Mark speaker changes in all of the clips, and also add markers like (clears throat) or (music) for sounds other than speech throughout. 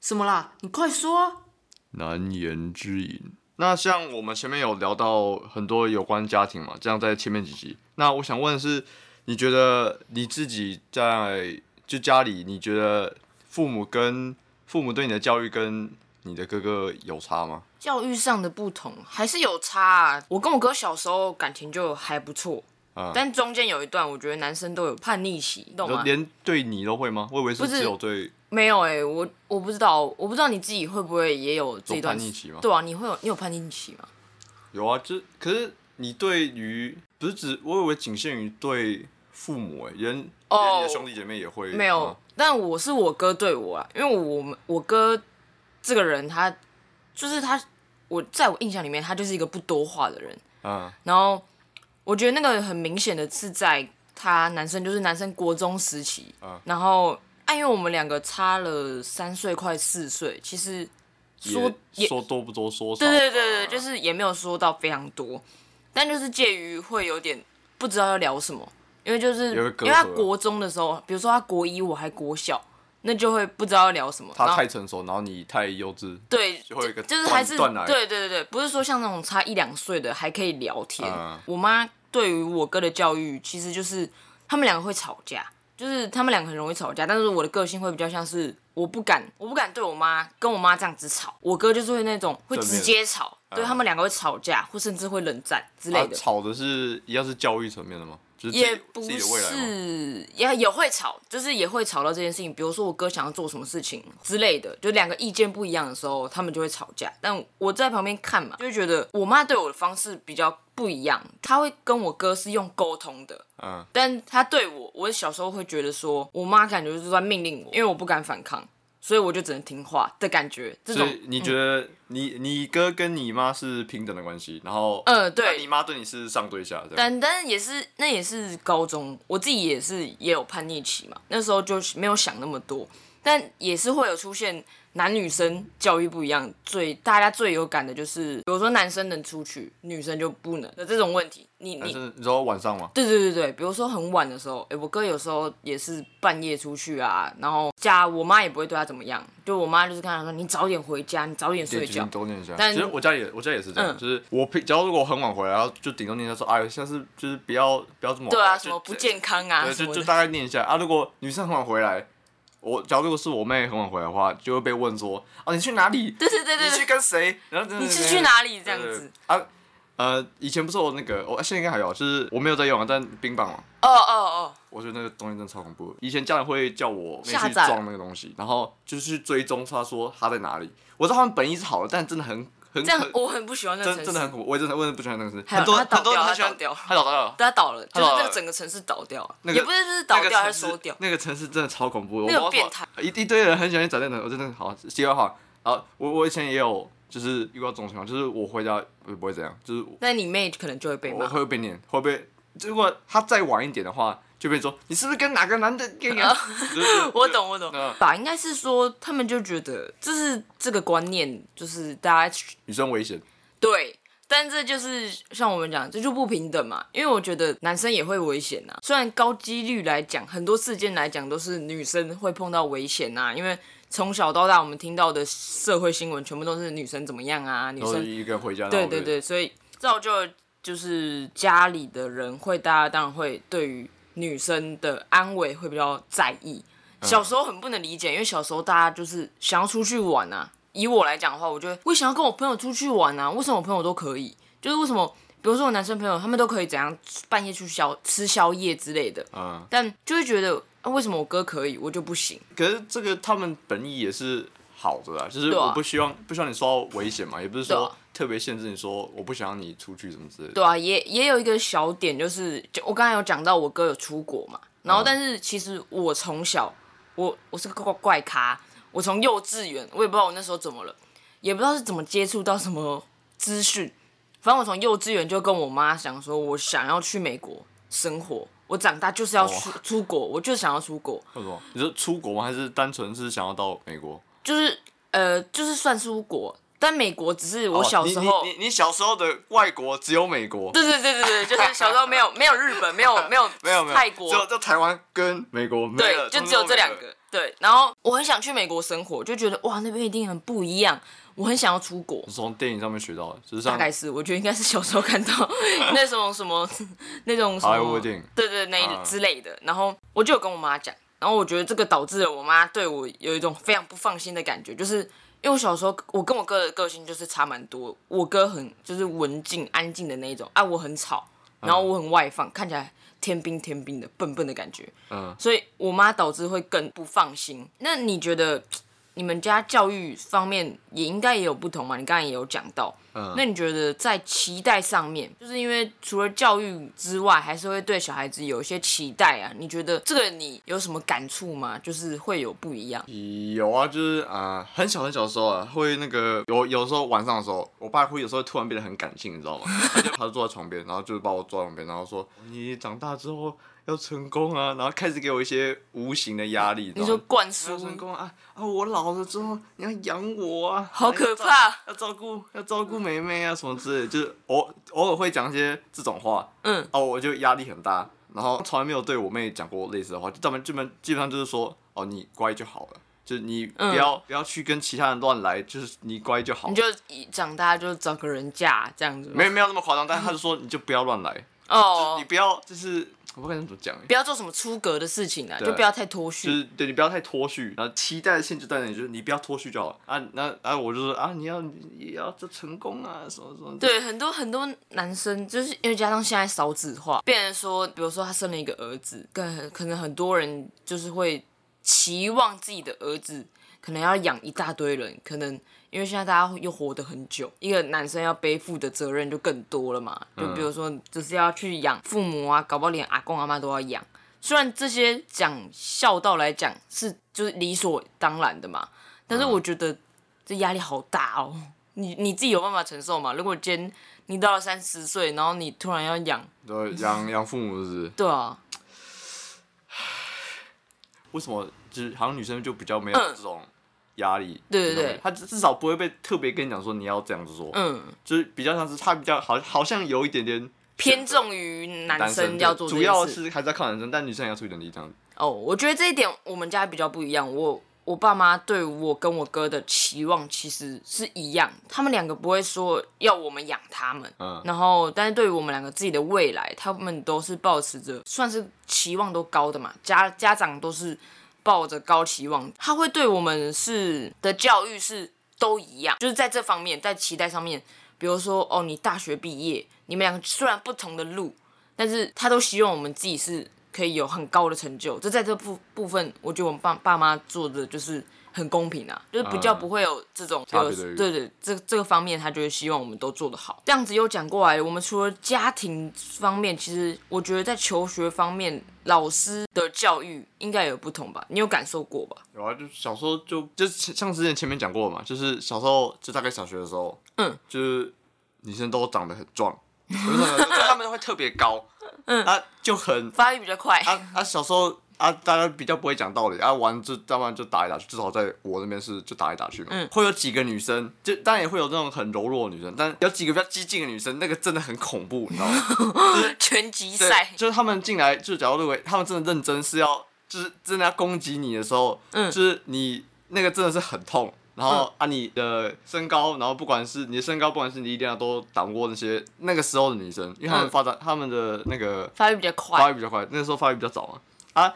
Speaker 1: 什么啦？你快说啊！
Speaker 2: 难言之隐。那像我们前面有聊到很多有关家庭嘛，这样在前面几集。那我想问的是，你觉得你自己在就家里，你觉得父母跟父母对你的教育跟你的哥哥有差吗？
Speaker 1: 教育上的不同还是有差、啊。我跟我哥小时候感情就还不错，
Speaker 2: 啊、
Speaker 1: 但中间有一段，我觉得男生都有叛逆期，懂
Speaker 2: 就
Speaker 1: 吗？
Speaker 2: 连对你都会吗？我以为是
Speaker 1: 不是
Speaker 2: 只有对
Speaker 1: 没有哎、我我不知道，我不知道你自己会不会也有这
Speaker 2: 有
Speaker 1: 一段
Speaker 2: 叛逆期吗？
Speaker 1: 对啊，你会有你有叛逆期吗？
Speaker 2: 有啊，就是可是你对于不是只我以为仅限于对父母、欸，连连
Speaker 1: 哦
Speaker 2: 你的兄弟姐妹也会
Speaker 1: 没有
Speaker 2: 吗，
Speaker 1: 但我是我哥对我啊，因为我们我哥这个人他，就是他，我在我印象里面，他就是一个不多话的人。
Speaker 2: 啊
Speaker 1: 然后我觉得那个很明显的是在他男生，就是男生国中时期，
Speaker 2: 嗯
Speaker 1: 然后啊，因为我们两个差了三岁快四岁，其实说
Speaker 2: 也
Speaker 1: 也
Speaker 2: 说多不多说少，
Speaker 1: 对对对对，就是也没有说到非常多，但就是介于会有点不知道要聊什么，因为就是
Speaker 2: 有个隔阂
Speaker 1: 因为他国中的时候，比如说他国一，我还国小，那就会不知道要聊什么。然
Speaker 2: 他
Speaker 1: 后
Speaker 2: 太成熟，然后你太幼稚，
Speaker 1: 对，
Speaker 2: 就会有一个
Speaker 1: 就是
Speaker 2: 断
Speaker 1: 还是
Speaker 2: 断啊奶
Speaker 1: 对对对对，不是说像那种差一两岁的还可以聊天。
Speaker 2: 嗯
Speaker 1: 我妈对于我哥的教育，其实就是他们两个会吵架，就是他们两个很容易吵架。但是我的个性会比较像是我不敢，我不敢对我妈跟我妈这样子吵。我哥就是会那种会
Speaker 2: 正面
Speaker 1: 直接吵，对他们两个会吵架，或甚至会冷战之类
Speaker 2: 他
Speaker 1: 的。
Speaker 2: 啊吵的是一样是教育层面的吗？就是自己
Speaker 1: 也不
Speaker 2: 自己的未来吗？
Speaker 1: 是，也也会吵，就是也会吵到这件事情。比如说我哥想要做什么事情之类的，就两个意见不一样的时候，他们就会吵架。但我在旁边看嘛，就会觉得我妈对我的方式比较不一样，她会跟我哥是用沟通的，
Speaker 2: 嗯，
Speaker 1: 但她对我，我小时候会觉得说，我妈感觉就是在命令我，因为我不敢反抗，所以我就只能听话的感觉。这
Speaker 2: 所
Speaker 1: 种嗯
Speaker 2: 以你觉得你你哥跟你妈是平等的关系，然后
Speaker 1: 呃对
Speaker 2: 但你妈对你是上对下这样，
Speaker 1: 但但也是那也是高中，我自己也是也有叛逆期嘛，那时候就是没有想那么多，但也是会有出现男女生教育不一样，最大家最有感的就是，比如说男生能出去，女生就不能的这种问题，你
Speaker 2: 但
Speaker 1: 你。
Speaker 2: 是你知道晚上吗？
Speaker 1: 对对对对，比如说很晚的时候，哎、我哥有时候也是半夜出去啊，然后家我妈也不会对他怎么样，就我妈就是跟他说，你早点回家，你早点睡
Speaker 2: 对，
Speaker 1: 觉
Speaker 2: 顶，多念一下。
Speaker 1: 但
Speaker 2: 其实我家也我家也是这样，
Speaker 1: 嗯
Speaker 2: 就是我平，只要如果很晚回来，然后就顶多念一下说，哎，下次就是不要不要这么晚
Speaker 1: 对啊，
Speaker 2: 就
Speaker 1: 什么不健康啊
Speaker 2: 对，
Speaker 1: 什
Speaker 2: 就
Speaker 1: 么
Speaker 2: 就
Speaker 1: 的，
Speaker 2: 大概念一下啊。如果女生很晚回来，我假如如果是我妹很晚回来的话，就会被问说，啊，你去哪里？
Speaker 1: 对对对对
Speaker 2: (laughs) 你去
Speaker 1: 对，
Speaker 2: 跟谁？然后
Speaker 1: 你是去哪里这
Speaker 2: 这
Speaker 1: 样子？
Speaker 2: 啊？呃，以前不是我那个，哦啊我、现在应该还有，就是我没有在用啊，但冰棒嘛，
Speaker 1: 哦哦哦，
Speaker 2: 我觉得那个东西真的超恐怖的。以前家人会叫我妹
Speaker 1: 下
Speaker 2: 去
Speaker 1: 载
Speaker 2: 装那个东西，然后就是去追踪他说他在哪里。我知道他们本意是好的，但真的很很
Speaker 1: 这样
Speaker 2: 很
Speaker 1: 我很不喜欢那个城
Speaker 2: 真
Speaker 1: 市，
Speaker 2: 真的很恐怖，我也真的我真的不喜欢那个事。
Speaker 1: 还有
Speaker 2: 很多
Speaker 1: 他倒
Speaker 2: 很多人
Speaker 1: 掉
Speaker 2: 很
Speaker 1: 他
Speaker 2: 喜欢
Speaker 1: 倒掉
Speaker 2: 他倒掉了。
Speaker 1: 它倒了，就
Speaker 2: 它
Speaker 1: 是
Speaker 2: 倒了
Speaker 1: 那个整个城市倒掉了，
Speaker 2: 那个
Speaker 1: 也不是就是倒
Speaker 2: 那个
Speaker 1: 掉，还
Speaker 2: 城
Speaker 1: 是
Speaker 2: 市
Speaker 1: 收掉。
Speaker 2: 那个城市真的超恐怖的，
Speaker 1: 那个
Speaker 2: 我不知道
Speaker 1: 变态
Speaker 2: 一一堆人很喜欢找那种，我真的好题外话。啊，我我以前也有就是遇到这种情况，就是我回家我不会怎样，就是
Speaker 1: 那你妹可能就会被
Speaker 2: 我
Speaker 1: 骂。
Speaker 2: 会被念，会被如果他再晚一点的话，就被说你是不是跟哪个男的跟
Speaker 1: 啊
Speaker 2: (laughs) 人家就是
Speaker 1: 我懂，我懂
Speaker 2: 嗯。
Speaker 1: 吧？应该是说，他们就觉得就是这个观念，就是大家
Speaker 2: 女生危险，
Speaker 1: 对，但这就是像我们讲，这就不平等嘛。因为我觉得男生也会危险呐、虽然高几率来讲，很多事件来讲都是女生会碰到危险呐、因为从小到大我们听到的社会新闻全部都是女生怎么样啊，女
Speaker 2: 然后
Speaker 1: 生
Speaker 2: 一个人回家，然
Speaker 1: 对
Speaker 2: 后被
Speaker 1: 对对，所以造就就是家里的人会，大家当然会对于女生的安危会比较在意。小时候很不能理解，因为小时候大家就是想要出去玩啊。以我来讲的话，我就会为什么要跟我朋友出去玩啊？为什么我朋友都可以？就是为什么，比如说我男生朋友，他们都可以怎样半夜去宵吃宵夜之类的，
Speaker 2: 嗯，
Speaker 1: 但就会觉得、啊、为什么我哥可以，我就不行？
Speaker 2: 可是这个他们本意也是好的啦，就是
Speaker 1: 对啊
Speaker 2: 我不希望不希望你受到危险嘛，也不是
Speaker 1: 对
Speaker 2: 说
Speaker 1: 啊
Speaker 2: 特别限制你说我不想让你出去什么之类的，
Speaker 1: 对啊，也也有一个小点，就是就我刚才有讲到我哥有出国嘛，然后
Speaker 2: 嗯
Speaker 1: 但是其实我从小我我是个怪怪咖，我从幼稚园我也不知道我那时候怎么了，也不知道是怎么接触到什么资讯，反正我从幼稚园就跟我妈想说，我想要去美国生活，我长大就是要出、出国，我就想要出国，
Speaker 2: 为什么？你说出国吗？还是单纯是想要到美国？
Speaker 1: 就是呃就是算出国，但美国只是我小时候、
Speaker 2: 哦你你你你小时候的外国只有美国，
Speaker 1: 对对对对对，就是小时候没有没有日本，没有没有
Speaker 2: (laughs) 没有没有
Speaker 1: 泰国，
Speaker 2: 只有就台湾跟美国，没
Speaker 1: 对
Speaker 2: 了，
Speaker 1: 就
Speaker 2: 通
Speaker 1: 只有
Speaker 2: 通
Speaker 1: 这
Speaker 2: 没
Speaker 1: 两
Speaker 2: 了
Speaker 1: 个。对，然后我很想去美国生活，就觉得哇，那边一定很不一样，我很想要出国。
Speaker 2: 是从电影上面学到的，只是
Speaker 1: 大
Speaker 2: 上
Speaker 1: 概是，我觉得应该是小时候看到 (laughs) 那种什么 (laughs) 那种什
Speaker 2: 好莱坞
Speaker 1: 么，
Speaker 2: 的电影
Speaker 1: 对对，那一
Speaker 2: 啊
Speaker 1: 之类的。然后我就有跟我妈讲，然后我觉得这个导致了我妈对我有一种非常不放心的感觉，就是因为我小时候我跟我哥的个性就是差蛮多，我哥很就是文静安静的那一种，啊，我很吵，然后我很外放，看起来天兵天兵的笨笨的感觉，
Speaker 2: 嗯，
Speaker 1: 所以我妈导致会更不放心。那你觉得你们家教育方面也应该也有不同嘛？你刚才也有讲到，
Speaker 2: 嗯
Speaker 1: 那你觉得在期待上面，就是因为除了教育之外，还是会对小孩子有一些期待啊？你觉得这个你有什么感触吗？就是会有不一样？
Speaker 2: 有啊，就是啊、呃很小很小的时候啊，会那个有有时候晚上的时候，我爸会有时候突然变得很感性，你知道吗？他就他就坐在床边，然后就把我抓在旁边，然后说哦你长大之后要成功啊，然后开始给我一些无形的压力。知道
Speaker 1: 你
Speaker 2: 吗
Speaker 1: 说灌
Speaker 2: 要
Speaker 1: 输，
Speaker 2: 成功啊啊！我老了之后你要养我啊，
Speaker 1: 好可怕！
Speaker 2: 要照顾要照顾妹妹啊什么之类的，就是偶偶尔会讲一些这种话，
Speaker 1: 嗯，
Speaker 2: 哦，我就压力很大，然后从来没有对我妹讲过类似的话，就他们基本基本上就是说，哦，你乖就好了，就是你不要、不要去跟其他人乱来，就是你乖就好
Speaker 1: 嗯你。就一长大就找个人嫁这样子吗？
Speaker 2: 没没有那么夸张，但是他就说你就不要乱来，
Speaker 1: 哦
Speaker 2: 你，不要就是我不知道该怎么讲欸，
Speaker 1: 不要做什么出格的事情啊，
Speaker 2: 对
Speaker 1: 就不要太脱
Speaker 2: 就
Speaker 1: 序。
Speaker 2: 是对你不要太脱序，然后期待的限制在那里，就是你不要脱序就好了啊。那啊，我就说啊，你要你也要这成功啊，什么什么。，
Speaker 1: 对，很多很多男生就是因为加上现在少子化，变成说，比如说他生了一个儿子，跟可能很多人就是会期望自己的儿子可能要养一大堆人，可能因为现在大家又活得很久，一个男生要背负的责任就更多了嘛。就比如说，就是要去养父母啊，搞不好连阿公阿妈都要养。虽然这些讲孝道来讲是就是理所当然的嘛，但是我觉得这压力好大哦。你你自己有办法承受吗？如果今天你到了三十岁，然后你突然要养，
Speaker 2: 对，养养父母是不是
Speaker 1: 对啊，
Speaker 2: 为什么就是好像女生就比较没有
Speaker 1: 嗯
Speaker 2: 这种压力？
Speaker 1: 对对
Speaker 2: 这种
Speaker 1: 对
Speaker 2: 她至至少不会被特别跟你讲说你要这样子做，
Speaker 1: 嗯，
Speaker 2: 就是比较像是她比较好，好像有一点点
Speaker 1: 偏重于男
Speaker 2: 生
Speaker 1: 生要做这
Speaker 2: 主
Speaker 1: 件
Speaker 2: 要
Speaker 1: 事。
Speaker 2: 是还是要靠男生，但女生也要出一点力这样。
Speaker 1: 哦，我觉得这一点我们家比较不一样。我我爸妈对我跟我哥的期望其实是一样，他们两个不会说要我们养他们，
Speaker 2: 嗯
Speaker 1: 然后但是对于我们两个自己的未来，他们都是抱持着算是期望都高的嘛，家家长都是抱着高期望，他会对我们是的教育是都一样，就是在这方面，在期待上面，比如说哦，你大学毕业，你们两个虽然不同的路，但是他都希望我们自己是可以有很高的成就。这在这部部分，我觉得我们爸爸妈做的就是很公平啊，就是比较
Speaker 2: 嗯
Speaker 1: 不会有这种
Speaker 2: 差别
Speaker 1: 就是
Speaker 2: 待遇
Speaker 1: 对对，这这个方面他就会希望我们都做得好。这样子又讲过来，我们除了家庭方面，其实我觉得在求学方面，老师的教育应该也有不同吧？你有感受过吧？
Speaker 2: 有啊，就小时候就就是像之前前面讲过的嘛，就是小时候就大概小学的时候，
Speaker 1: 嗯，
Speaker 2: 就是女生都长得很壮，
Speaker 1: (laughs)
Speaker 2: 不是长得很壮就她们会特别高，嗯啊就很
Speaker 1: 发育比较快，
Speaker 2: 啊啊小时候啊大家比较不会讲道理啊玩就当然就打来打去，至少在我那边是就打来打去嘛，
Speaker 1: 嗯
Speaker 2: 会有几个女生，就当然也会有那种很柔弱的女生，但有几个比较激进的女生，那个真的很恐怖，你知道吗？
Speaker 1: 拳击
Speaker 2: 对
Speaker 1: 赛，
Speaker 2: 就是他们进来，就是假如认为他们真的认真是要，就是真的要攻击你的时候，
Speaker 1: 嗯
Speaker 2: 就是你那个真的是很痛。然后、啊，你的身高，然后不管是你的身高，不管是你力量，都挡过那些那个时候的女生，因为她们
Speaker 1: 嗯
Speaker 2: 发展、她们的那个
Speaker 1: 发育比较快，
Speaker 2: 发育比较快，那时候发育比较早嘛。啊，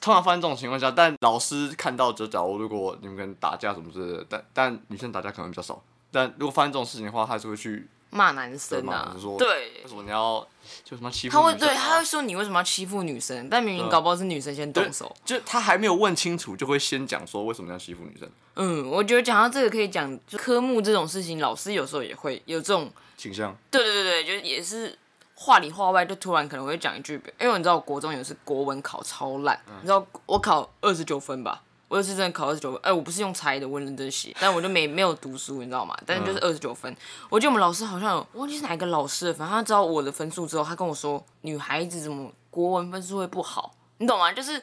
Speaker 2: 通常发生这种情况下，但老师看到，就假如如果你们跟打架什么之类的，但但女生打架可能比较少，但如果发生这种事情的话，她还是会去
Speaker 1: 骂男生
Speaker 2: 对骂
Speaker 1: 啊
Speaker 2: 男生说，
Speaker 1: 对
Speaker 2: 为。什么你要就什么欺负
Speaker 1: 他会
Speaker 2: 女生
Speaker 1: 对，
Speaker 2: 啊
Speaker 1: 他会说你为什么要欺负女生？但明明
Speaker 2: 对啊
Speaker 1: 搞不好是女生先动手。
Speaker 2: 就他还没有问清楚，就会先讲说为什么要欺负女生
Speaker 1: 嗯，我觉得讲到这个可以讲，就科目这种事情，老师有时候也会有这种，
Speaker 2: 倾向。
Speaker 1: 对对对对，就是也是话里话外，就突然可能会讲一句，因为你知道我国中有一次国文考超烂，你知道我考二十九分吧。我有一次真的考二十九分，哎、我不是用猜的，我认真写，但我就没没有读书，你知道吗？但是就是二十九分，我记得我们老师好像有，我忘记是哪一个老师了，反正他知道我的分数之后，他跟我说，女孩子怎么国文分数会不好，你懂吗？就是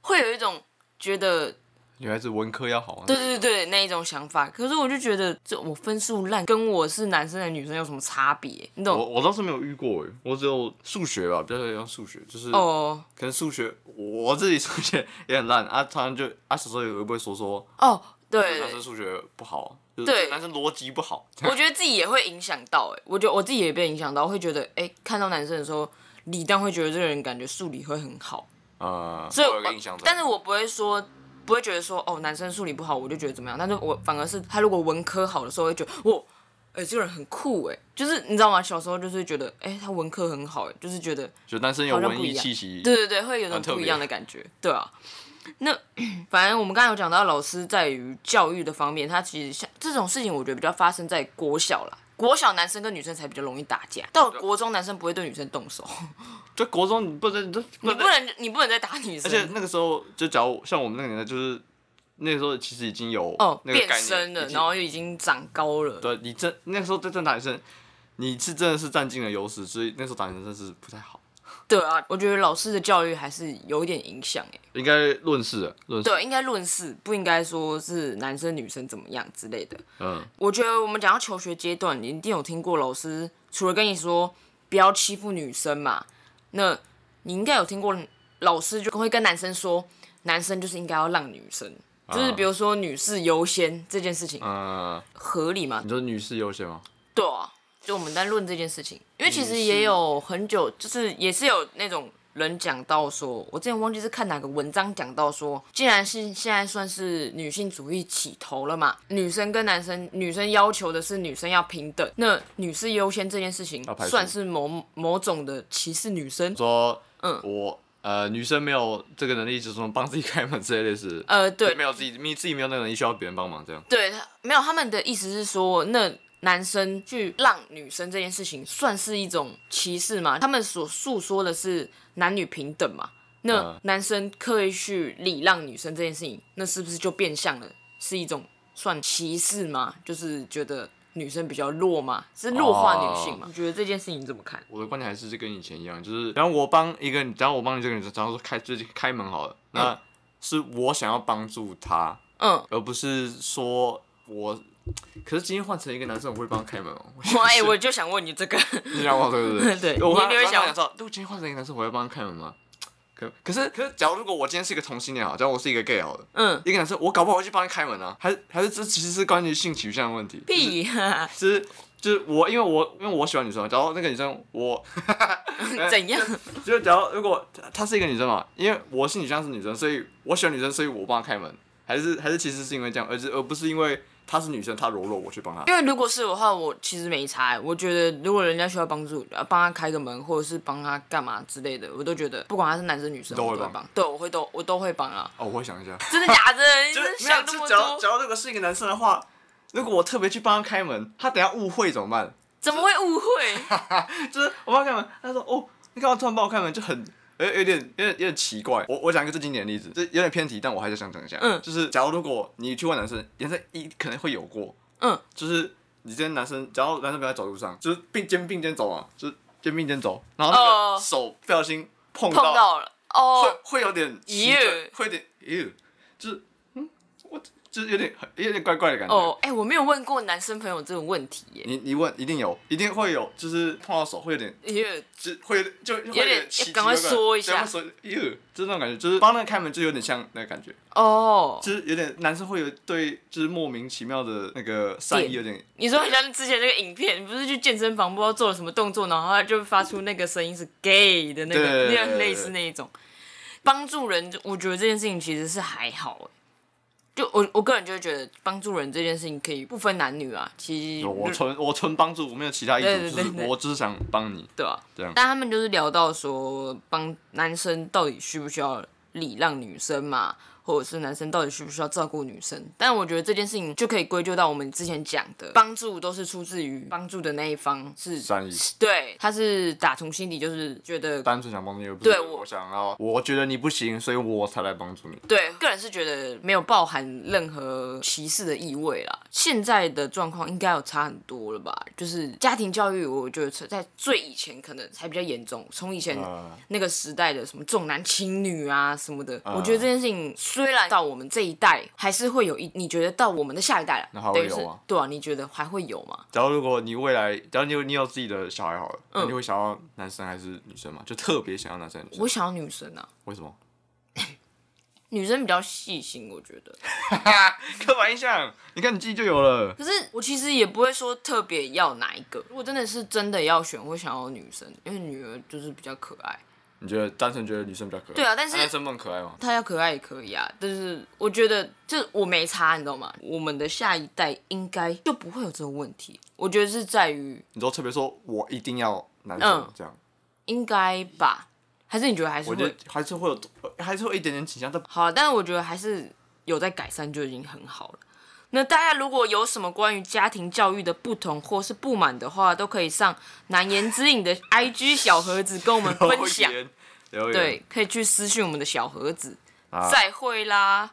Speaker 1: 会有一种觉得
Speaker 2: 女孩子文科要好啊。
Speaker 1: 对对对，那一种想法。可是我就觉得，这我分数烂，跟我是男生还是女生有什么差别？你
Speaker 2: 我
Speaker 1: 懂？
Speaker 2: 我倒是没有遇过诶，欸我只有数学吧，比较像数学，就是
Speaker 1: 哦
Speaker 2: 可能数学我自己数学也很烂啊，常常就啊小时候也会不会说说
Speaker 1: 哦，对
Speaker 2: 男生数学不好，就是
Speaker 1: 对
Speaker 2: 男生逻辑不好，
Speaker 1: 我觉得自己也会影响到、欸，哎，我觉得我自己也被影响到，会觉得，哎、看到男生的时候，理当会觉得这个人感觉数理会很好，
Speaker 2: 呃，
Speaker 1: 所以
Speaker 2: 我有
Speaker 1: 我
Speaker 2: 个印象在，
Speaker 1: 但是我不会说，不会觉得说，哦，男生数理不好，我就觉得怎么样，但是我反而是他如果文科好的时候，会觉得，哇，哎、这个人很酷、欸，哎，就是你知道吗？小时候就是觉得，哎、他文科很好、欸，就是觉得，
Speaker 2: 就男生有
Speaker 1: 好像
Speaker 2: 文
Speaker 1: 不
Speaker 2: 艺
Speaker 1: 一样
Speaker 2: 气息，
Speaker 1: 对对对，会有种
Speaker 2: 很特
Speaker 1: 不一
Speaker 2: 别
Speaker 1: 样的感觉，对啊。那 (clears throat) 反正我们刚才有讲到，老师在于教育的方面，他其实像这种事情，我觉得比较发生在国小啦。国小男生跟女生才比较容易打架，到
Speaker 2: 啊
Speaker 1: 了国中男生不会对女生动手，
Speaker 2: 就国中你不能，你不
Speaker 1: 你
Speaker 2: 能
Speaker 1: 不能你不能再打女
Speaker 2: 而
Speaker 1: 生，
Speaker 2: 且那个时候，就假如像我们那个年代，就是那个时候其实已经有
Speaker 1: 哦
Speaker 2: 那个
Speaker 1: 变
Speaker 2: 概念
Speaker 1: 身了，
Speaker 2: 已经
Speaker 1: 然后又已经长高了，
Speaker 2: 对你真那个时候在正打女生，你是真的是占尽了优势，所以那时候打女生真是不太好。
Speaker 1: 对啊，我觉得老师的教育还是有一点影响诶。
Speaker 2: 应该论事了，论事，
Speaker 1: 对，啊应该论事，不应该说是男生女生怎么样之类的。
Speaker 2: 嗯，
Speaker 1: 我觉得我们讲到求学阶段，你一定有听过老师除了跟你说不要欺负女生嘛，那你应该有听过老师就会跟男生说，男生就是应该要让女生，就是比如说女士优先这件事情
Speaker 2: 呃，
Speaker 1: 合理吗
Speaker 2: 你？说女士优先吗？
Speaker 1: 对啊，就我们在论这件事情，因为其实也有很久，就是也是有那种人讲到说，我之前忘记是看哪个文章讲到说，既然是现在算是女性主义起头了嘛，女生跟男生，女生要求的是女生要平等，那女士优先这件事情
Speaker 2: 要排除
Speaker 1: 算是某某种的歧视女生。
Speaker 2: 说，
Speaker 1: 嗯
Speaker 2: 我呃，女生没有这个能力，就是什么帮自己开门之类类 (laughs) 似，
Speaker 1: 呃，对
Speaker 2: 没，有自己，你自己没有那个能力，需要别人帮忙这样。
Speaker 1: 对，他没有他们的意思是说，那男生去让女生这件事情算是一种歧视嘛？他们所诉说的是男女平等嘛？那
Speaker 2: 嗯
Speaker 1: 男生刻意去礼让女生这件事情，那是不是就变相了是一种算歧视吗？就是觉得女生比较弱嘛，是弱化女性嘛？你觉得这件事情你怎么看？
Speaker 2: 我的观点还是就跟以前一样，就是，然后我帮一个，然后我帮你这个女生，然后说开就是开门好了，那、是我想要帮助她，
Speaker 1: 嗯，
Speaker 2: 而不是说我。可是今天换成一个男生，我会帮他开门哦。
Speaker 1: (laughs) 我哎、我就想问你这个， (laughs)
Speaker 2: 你想我对不
Speaker 1: 对
Speaker 2: 我刚
Speaker 1: 你一定会
Speaker 2: 刚
Speaker 1: 想
Speaker 2: 想到，如果今天换成一个男生，我会帮他开门吗？可可是可是，假如如果我今天是一个同性恋好，假如我是一个 gay 好了，
Speaker 1: 嗯，
Speaker 2: 一个男生，我搞不好会去帮他开门啊，还是还是这其实是关于性取向的问题。
Speaker 1: 屁
Speaker 2: (laughs)
Speaker 1: 呀、
Speaker 2: 就是就是我，因为我因为我喜欢女生，假如那个女生我
Speaker 1: (laughs) 怎样？
Speaker 2: 就是假如如果她她是一个女生嘛，因为我性取向是女生，所以我喜欢女生，所以我帮她开门，还是还是其实是因为这样，而是而不是因为她是女生，她柔弱，我去帮她。
Speaker 1: 因为如果是我的话，我其实没差欸。我觉得如果人家需要帮助，呃帮他开个门，或者是帮他干嘛之类的，我都觉得不管他是男生女生，
Speaker 2: 都会
Speaker 1: 我都会
Speaker 2: 帮
Speaker 1: 帮。对，我会都我都会帮 (laughs) 啊。
Speaker 2: 哦，我会想一下，
Speaker 1: 真的假的？你
Speaker 2: 就
Speaker 1: 真的
Speaker 2: 是没有，
Speaker 1: 想那
Speaker 2: 就
Speaker 1: 么
Speaker 2: 假如
Speaker 1: 多？
Speaker 2: 假如如果是一个男生的话，如果我特别去帮他开门，他等下误会怎么办？ (laughs)
Speaker 1: 怎么会误会？
Speaker 2: 就是我帮他开门，他说哦，你干嘛突然帮我开门，就很。有有点有点有点奇怪，我我讲一个最经典的例子，这有点偏题，但我还是想讲一下。
Speaker 1: 嗯
Speaker 2: 就是假如如果你去问男生，男生一可能会有过，
Speaker 1: 嗯，
Speaker 2: 就是你今天男生，假如男生不在走路上，就是并肩并肩走嘛，就是肩并肩走，然后那
Speaker 1: 哦
Speaker 2: 个手不小心碰
Speaker 1: 碰
Speaker 2: 到
Speaker 1: 到了哦
Speaker 2: 会，会有点奇怪
Speaker 1: Ew
Speaker 2: 会有点 ew，就是嗯，我就是有点很有点怪怪的感觉。
Speaker 1: 哦，哎、我没有问过男生朋友这种问题耶。
Speaker 2: 你你问一定有，一定会有，就是碰到手会有点，
Speaker 1: 因为
Speaker 2: 就会有点就会有
Speaker 1: 点
Speaker 2: 奇奇
Speaker 1: 赶快
Speaker 2: 怪怪
Speaker 1: 缩一下
Speaker 2: 赶快缩 ew，就是那种感觉，就是帮那个开门就有点像那个感觉，
Speaker 1: 哦，
Speaker 2: 就是有点男生会有对就是莫名其妙的那个善意有点
Speaker 1: 你说很像之前那个影片，不是去健身房不知道做了什么动作，然后他就发出那个声音是 gay 的那个，
Speaker 2: 对
Speaker 1: 那个类似那一种。帮助人，我觉得这件事情其实是还好欸就我我个人就会觉得帮助人这件事情可以不分男女啊，其实
Speaker 2: 我纯我纯帮助，我没有其他意
Speaker 1: 对
Speaker 2: 图，
Speaker 1: 对
Speaker 2: 就
Speaker 1: 对
Speaker 2: 是
Speaker 1: 对
Speaker 2: 我只是想帮你。
Speaker 1: 对啊，
Speaker 2: 这样
Speaker 1: 但他们就是聊到说，帮男生到底需不需要礼让女生嘛，或者是男生到底需不需要照顾女生？但我觉得这件事情就可以归咎到我们之前讲的，帮助都是出自于帮助的那一方是
Speaker 2: 善意，
Speaker 1: 对，他是打从心底就是觉得，
Speaker 2: 单纯想帮你，而不
Speaker 1: 对
Speaker 2: 是
Speaker 1: 我
Speaker 2: 我想要，我觉得你不行，所以我才来帮助你。
Speaker 1: 对，个人是觉得没有包含任何歧视的意味啦。现在的状况应该有差很多了吧？就是家庭教育，我觉得在最以前可能才比较严重，从以前
Speaker 2: 呃，
Speaker 1: 啊那个时代的什么重男轻女啊什么的，我觉得这件事情虽然到我们这一代还是会有一，你觉得到我们的下一代
Speaker 2: 那
Speaker 1: 了，
Speaker 2: 还会
Speaker 1: 等于
Speaker 2: 有
Speaker 1: 是
Speaker 2: 吗
Speaker 1: 对啊，你觉得还会有吗？
Speaker 2: 假如如果你未来，假如你有你有自己的小孩好了，那
Speaker 1: 嗯
Speaker 2: 你会想要男生还是女生吗？就特别想要男生还是女生？
Speaker 1: 我想要女生啊，
Speaker 2: 为什么？ (laughs)
Speaker 1: 女生比较细心，我觉得。
Speaker 2: 刻板印象，你看你自己就有了。
Speaker 1: 可是我其实也不会说特别要哪一个，如果真的是真的要选，我会想要女生，因为女儿就是比较可爱。
Speaker 2: 你觉得单纯觉得女生比较可爱？
Speaker 1: 对啊但是
Speaker 2: 男生更可爱吗？
Speaker 1: 她要可爱也可以啊，但是我觉得这我没差，你知道吗？我们的下一代应该就不会有这个问题。我觉得是在于
Speaker 2: 你都特别说我一定要男生、
Speaker 1: 嗯
Speaker 2: 这样，
Speaker 1: 应该吧，还是你觉得还是
Speaker 2: 我觉
Speaker 1: 会
Speaker 2: 得还是会有，还是会有一点点倾向，但
Speaker 1: 好，啊但是我觉得还是有在改善就已经很好了。那大家如果有什么关于家庭教育的不同或是不满的话，都可以上难言之隐的 IG 小盒子跟我
Speaker 2: (laughs) 哦
Speaker 1: 们分享
Speaker 2: 留。言，留言
Speaker 1: 对，可以去私讯我们的小盒子。
Speaker 2: 啊
Speaker 1: 再会啦！